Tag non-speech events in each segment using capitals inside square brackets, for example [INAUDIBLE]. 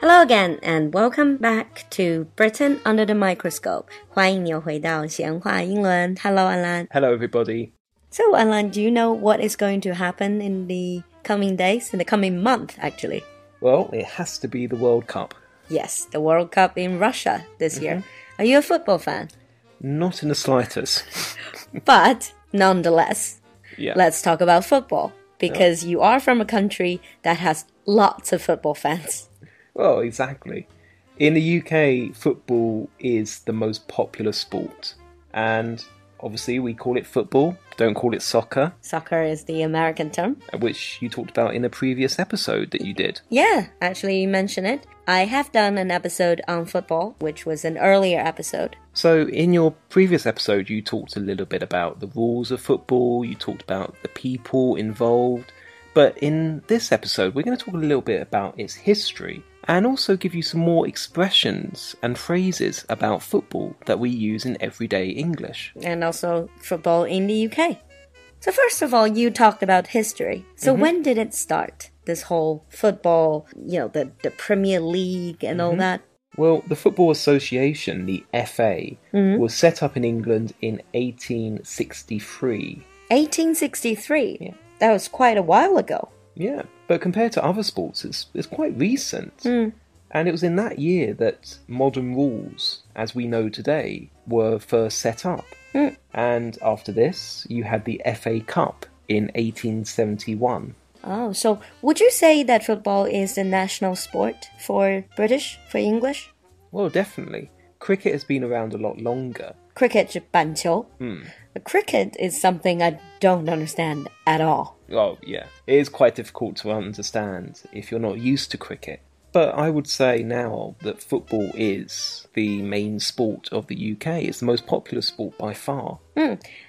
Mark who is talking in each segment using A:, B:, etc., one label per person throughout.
A: Hello again and welcome back to Britain under the microscope. 欢迎你又回到闲话英伦。Hello, Alan.
B: Hello, everybody.
A: So, Alan, do you know what is going to happen in the coming days, in the coming month, actually?
B: Well, it has to be the World Cup.
A: Yes, the World Cup in Russia this year. Are you a football fan?
B: Not in the slightest.
A: But nonetheless,
B: [LAUGHS] Yeah.
A: let's talk about football because you are from a country that has lots of football fans. [LAUGHS]
B: Well, exactly. In the UK, football is the most popular sport. And obviously, we call it football, don't call it soccer,
A: Soccer is the American term.
B: which you talked about in a previous episode that you did.
A: Yeah, actually, you mention it. I have done an episode on football, which was an earlier episode.
B: So, in your previous episode, you talked a little bit about the rules of football, you talked about the people involved. But in this episode, we're going to talk a little bit about its history and also give you some more expressions and phrases about football that we use in everyday English.
A: and also football in the UK. So, first of all, you talked about history. So, when did it start? This whole football, you know, the, the Premier League and all that.
B: Well, the Football Association, the FA, was set up in England in 1863.
A: 1863.
B: Yeah.
A: That was quite a while ago.
B: Yeah, but compared to other sports, it's, it's quite recent. And it was in that year that modern rules, as we know today, were first set up. And after this, you had the FA Cup in 1871.
A: Oh, so would you say that football is the national sport for British, for English?
B: Well, definitely. Cricket has been around a lot longer.
A: Cricket 是板球.
B: Hmm.
A: Cricket is something I don't understand at all.
B: Oh, yeah. It is quite difficult to understand if you're not used to cricket. But I would say now that football is the main sport of the UK. It's the most popular sport by far.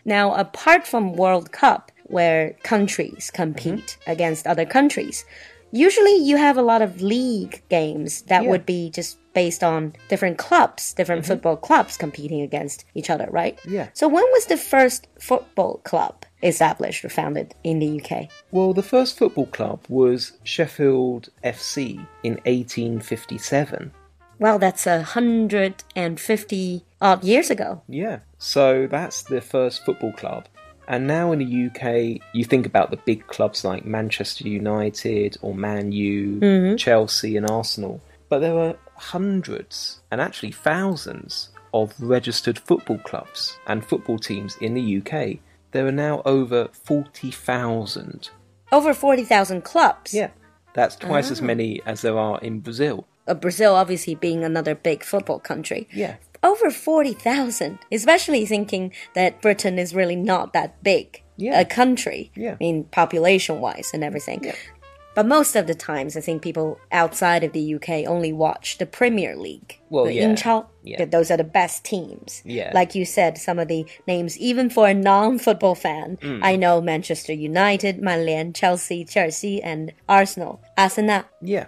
A: Now, apart from World Cup, where countries compete
B: Mm-hmm.
A: against other countries, usually you have a lot of league games that
B: Yeah. Mm-hmm.
A: would be just based on different clubs, different football clubs competing against each other, right?
B: Yeah.
A: So, when was the first football club established or founded in the UK?
B: Well, the first football club was Sheffield FC in 1857.
A: Well, that's a hundred and fifty odd years ago.
B: Yeah. So that's the first football club. And now in the UK, you think about the big clubs like Manchester United or Man U, Chelsea, and Arsenal. But there were hundreds and actually thousands of registered football clubs and football teams in the UK. There are now over 40,000.
A: Over 40,000 clubs.
B: Yeah. Ah. That's twice as many as there are in Brazil.
A: Uh, Brazil, obviously, being another big football country.
B: Yeah.
A: over 40,000, especially thinking that Britain is really not that big
B: Yeah.
A: a country,
B: Yeah.
A: I mean, population wise and everything.
B: Yeah.
A: But most of the times, I think people outside of the UK only watch the Premier League.
B: Well,
A: the
B: yeah,
A: Inchal,
B: yeah.
A: that those are the best teams.
B: Yeah.
A: Like you said, some of the names, even for a non football fan,
B: Mm.
A: I know Manchester United, Manlian, Chelsea, Chelsea, and Arsenal, Arsenal.
B: Yeah.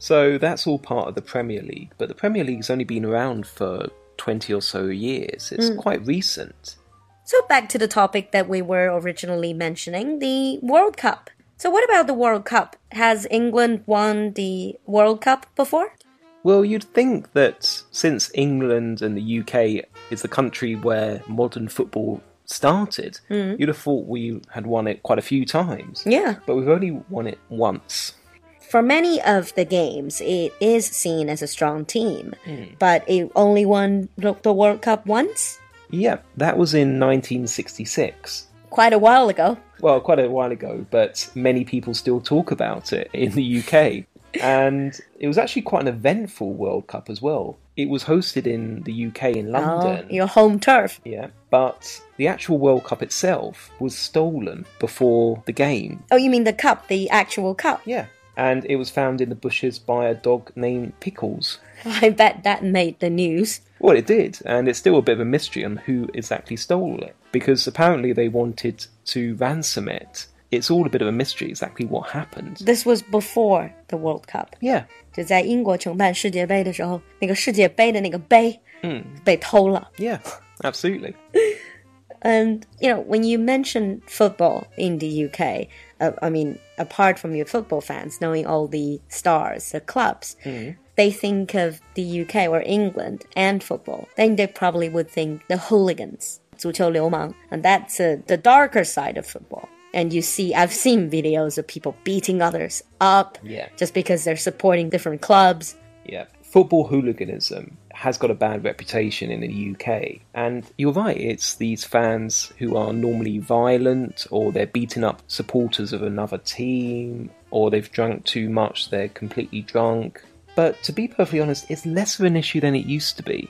B: So that's all part of the Premier League, but the Premier League's only been around for 20 or so years. It's quite recent.
A: So back to the topic that we were originally mentioning, the World Cup. So what about the World Cup? Has England won the World Cup before?
B: Well, you'd think that since England and the UK is the country where modern football started, you'd have thought we had won it quite a few times.
A: Yeah.
B: But we've only won it once.
A: For many of the games, it is seen as a strong team, but it only won the the World Cup once,
B: Yeah, that was in 1966.
A: quite a while ago.
B: well, quite a while ago, but many people still talk about it in the UK. and it was actually quite an eventful World Cup as well. It was hosted in the UK in London.
A: Oh, your home turf.
B: yeah, but the actual World Cup itself was stolen before the game.
A: Oh, you mean the cup, the actual cup? [LAUGHS]
B: Yeah. And it was found in the bushes by a dog named Pickles.
A: I bet that made the news.
B: Well, it did, and it's still a bit of a mystery on who exactly stole it, because apparently they wanted to ransom it. It's all a bit of a mystery exactly what happened.
A: This was before the World Cup.
B: Yeah,
A: 就在英国承办世界杯的时候，那个世界杯的那个杯，嗯，被偷了。
B: Yeah, absolutely.
A: And you know, when you mention football in the UK, uh, I mean, apart from your football fans knowing all the stars, the clubs, they think of the UK or England and football, then they probably would think the hooligans, 足球流氓, and that's uh, the darker side of football. And you see, I've seen videos of people beating others up
B: Yeah.
A: just because they're supporting different clubs.
B: Yeah. Football hooliganism has got a bad reputation in the UK. And you're right, it's these fans who are normally violent or they're beating up supporters of another team or they've drunk too much, they're completely drunk. But to be perfectly honest, it's less of an issue than it used to be.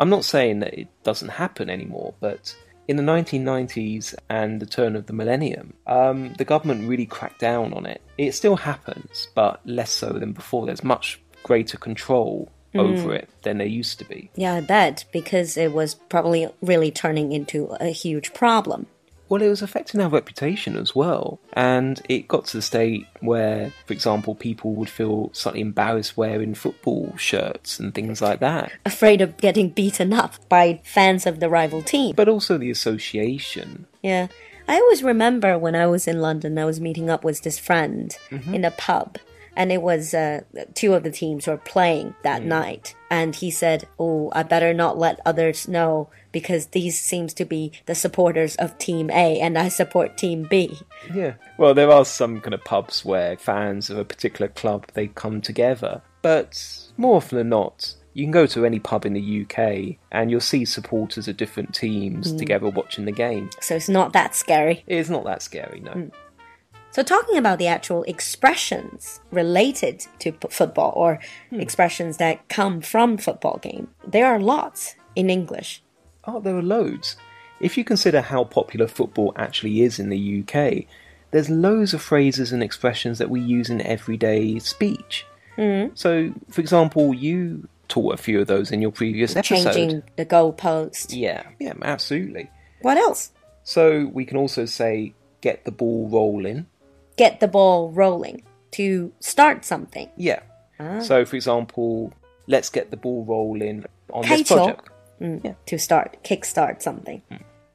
B: I'm not saying that it doesn't happen anymore, but in the 1990s and the turn of the millennium, um, the government really cracked down on it. It still happens, but less so than before. There's much greater control over it than there used to be.
A: Yeah, I bet, because it was probably really turning into a huge problem.
B: Well, it was affecting our reputation as well. And it got to the state where, for example, people would feel slightly embarrassed wearing football shirts and things like that.
A: Afraid of getting beaten up by fans of the rival team.
B: But also the association.
A: Yeah. I always remember when I was in London, I was meeting up with this friend in a pub, and it was uh, two of the teams were playing that night. And he said, Oh, I better not let others know because these seems to be the supporters of Team A, and I support Team B.
B: Yeah. Well, there are some kind of pubs where fans of a particular club they come together, but more often than not, you can go to any pub in the UK and you'll see supporters of different teams together watching the game.
A: So it's not that scary.
B: It's not that scary, no.
A: So, talking about the actual expressions related to p- football or
B: Hmm.
A: expressions that come from football game, there are lots in English.
B: Oh, there are loads. If you consider how popular football actually is in the UK, there's loads of phrases and expressions that we use in everyday speech. So, for example, you taught a few of those in your previous episode.
A: Changing the goalpost.
B: Yeah, yeah, absolutely.
A: What else?
B: So we can also say get the ball rolling.
A: Get the ball rolling to start something.
B: Yeah.
A: Ah.
B: So for example, let's get the ball rolling on this
A: 开球。
B: project. Yeah.
A: Mm.
B: Hmm.
A: To start, kickstart something.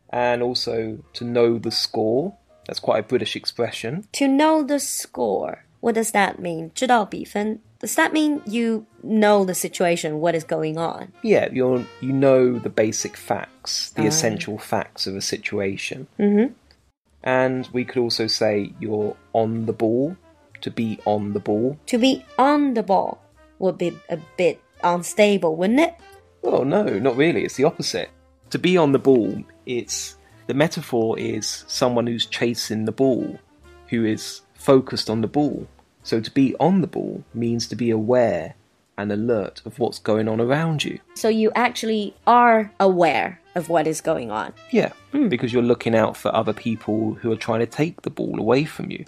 B: And also to know the score. That's quite a British expression.
A: To know the score. What does that mean? 知道比分. Does that mean you know the situation, what is going on?
B: Yeah, you're you know the basic facts, the essential facts of a situation. Mm-hmm. And we could also say you're on the ball, to be on the ball.
A: To be on the ball would be a bit unstable, wouldn't it?
B: Well, no, not really. It's the opposite. To be on the ball, it's the metaphor is someone who's chasing the ball, who is focused on the ball. So to be on the ball means to be aware and alert of what's going on around you.
A: So you actually are aware of what is going on.
B: Yeah, because you're looking out for other people who are trying to take the ball away from you.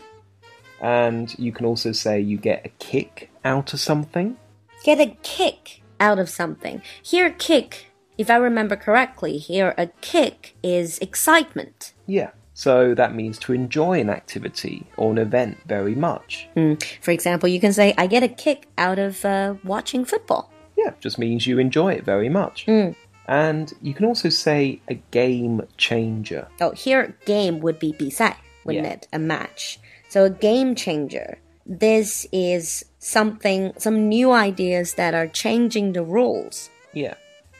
B: And you can also say you get a kick out of something.
A: Get a kick out of something. Here, kick, if I remember correctly, here a kick is excitement.
B: Yeah. So that means to enjoy an activity or an event very much.
A: Hmm. For example, you can say, I get a kick out of uh, watching football.
B: yeah, just means you enjoy it very much. And you can also say a game changer.
A: Oh, here, game would be 比赛, wouldn't
B: Yeah.
A: it? A match. So a game changer. This is something, some new ideas that are changing the rules.
B: Yeah.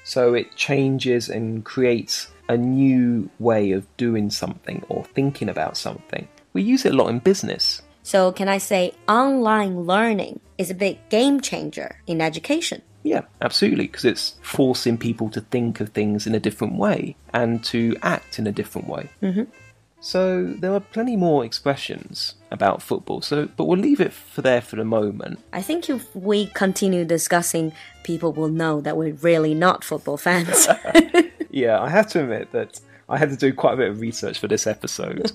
B: So it changes and creates a new way of doing something or thinking about something. We use it a lot in business.
A: So, can I say online learning is a big game changer in education?
B: Yeah, absolutely, because it's forcing people to think of things in a different way and to act in a different way. Mm-hmm. So there are plenty more expressions about football. So, but we'll leave it for there for the moment.
A: I think if we continue discussing, people will know that we're really not football fans.
B: [LAUGHS]
A: [LAUGHS]
B: Yeah, I have to admit that I had to do quite a bit of research for this [LAUGHS] episode.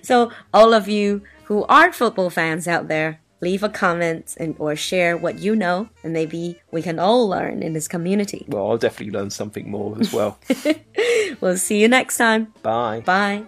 A: so, all of you who are football fans out there, leave a comment and or share what you know, and maybe we can all learn in this community.
B: [LAUGHS] well, I'll definitely learn something more as well.
A: We'll see you next time.
B: Bye.
A: Bye.